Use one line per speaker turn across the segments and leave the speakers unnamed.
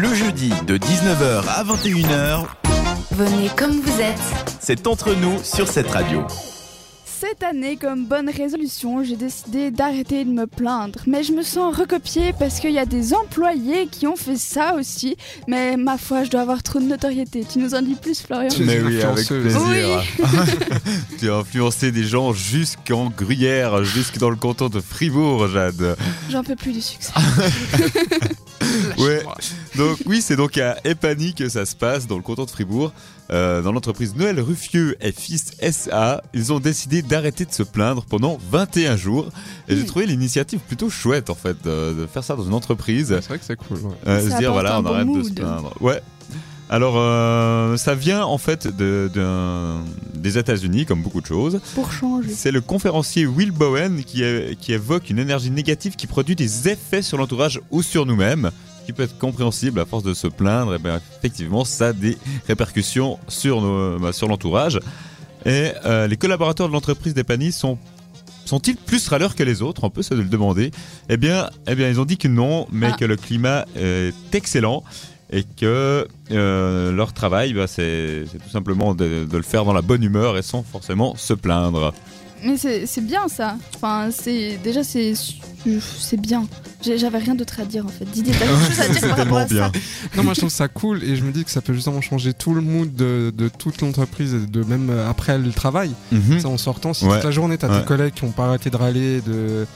Le jeudi de 19h à 21h,
Venez comme vous êtes.
c'est entre nous sur cette radio.
Cette année, comme bonne résolution, j'ai décidé d'arrêter de me plaindre. Mais je me sens recopiée parce qu'il y a des employés qui ont fait ça aussi. Mais ma foi, je dois avoir trop de notoriété. Tu nous en dis plus, Florian
Tu es une influenceuse.
tu as influencé des gens jusqu'en Gruyère, jusque dans le canton de Fribourg, Jade.
J'en peux plus du succès.
Ah.
Ouais. Donc oui, c'est donc à Epany que ça se passe, dans le canton de Fribourg. Euh, dans l'entreprise Noël Ruffieux et Fils SA, ils ont décidé d'arrêter de se plaindre pendant 21 jours. Et j'ai
Oui.
trouvé l'initiative plutôt chouette, en fait, de, de faire ça dans une entreprise.
C'est vrai que c'est cool. ouais.
Euh,
Ça
se dire
apporte
voilà
un
on
bon
arrête de se
mood.
plaindre ouais alors euh, ça vient en fait de, d'un- des États-Unis comme beaucoup de choses
Pour changer.
c'est le conférencier Will Bowen qui, é- qui évoque une énergie négative qui produit des effets sur l'entourage ou sur nous-mêmes qui peut être compréhensible à force de se plaindre et bien effectivement ça a des répercussions sur, nos- bah, sur l'entourage et euh, les collaborateurs de l'entreprise des Panis sont sont-ils plus râleurs que les autres On peut se le demander. Eh bien, eh bien, ils ont dit que non, mais
Ah.
que le climat est excellent et que euh, leur travail, bah, c'est c'est tout simplement de, de le faire dans la bonne humeur et sans forcément se plaindre.
Mais c'est c'est bien ça. Enfin, c'est déjà c'est c'est bien. J'ai- J'avais rien d'autre à dire en fait. Didier, t'as quelque chose à dire par rapport à ça
Non, moi je trouve ça cool et je me dis que ça peut justement changer tout le mood de, de toute l'entreprise et de même euh, après le travail.
Mhm.
Ça, en sortant, si
Ouais.
toute la journée t'as
Ouais.
tes collègues qui ont pas arrêté de râler, de.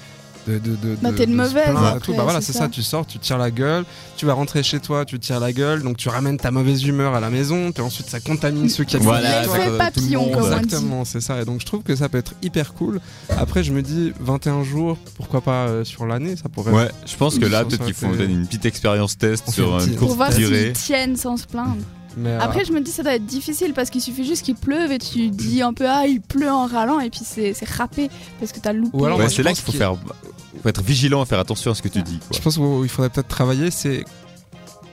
De, de, de,
Bah,
de-
t'es de
de se
mauvaise
plaindre et
après,
tout. Bah voilà,
c'est
c'est ça.
ça.
tu sors, tu tires la gueule, tu vas rentrer chez toi, tu tires la gueule, donc tu ramènes ta mauvaise humeur à la maison, puis ensuite ça contamine ceux qui habitent
Voilà,
chez toi.
ça
L'effet
que
papillon,
tout le monde-
comme on dit.
Exactement, c'est ça. Et donc je trouve que ça peut être hyper cool. Après, je me dis 21 jours, pourquoi pas euh, sur l'année, ça pourrait.
Ouais, je pense que là,
Ça, ça
peut-être qu'il faut
fait-
donner une petite expérience test
On fait
sur
un petit-
une
Pour
courte
voir
durée.
s'ils tiennent sans se plaindre.
Mais, euh,
Après, je me dis, ça doit être difficile parce qu'il suffit juste qu'il pleuve et tu dis un peu, ah, il pleut en râlant et puis c'est c'est râpé parce que t'as loupé.
Ou alors,
Ouais,
moi,
c'est
je
là
pense
qu'il faut
qu'il-
faire, faut être vigilant, faire attention à ce que tu dis. quoi.
Je pense qu'il faudrait peut-être travailler, c'est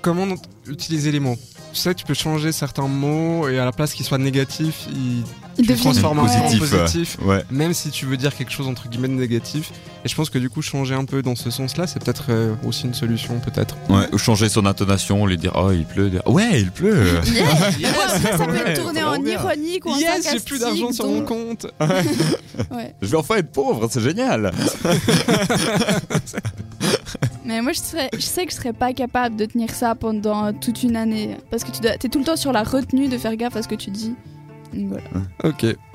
comment not- utiliser les mots. Tu sais, tu peux changer certains mots et à la place qu'ils soient négatifs, ils
il
tu les
devient
transformes en
Positif, ouais.
positif.
Ouais.
Même si tu veux dire quelque chose entre guillemets de négatif. Et je pense que du coup, changer un peu dans ce sens-là, c'est peut-être euh, aussi une solution, peut-être.
Ouais, ou changer son intonation, lui dire oh il pleut, dire, ouais il pleut.
Yeah. Après, ça peut
Ouais,
être tourné
trop
en
bien.
ironique ou en
Yes, j'ai
sarcastique,
plus d'argent sur mon
donc-
compte.
Ouais.
Je vais enfin être pauvre, c'est génial.
Mais moi, je, serais, je sais que je serais pas capable de tenir ça pendant euh, toute une année parce que tu dois, es tout le temps sur la retenue de faire gaffe à ce que tu dis. Donc voilà.
Ok.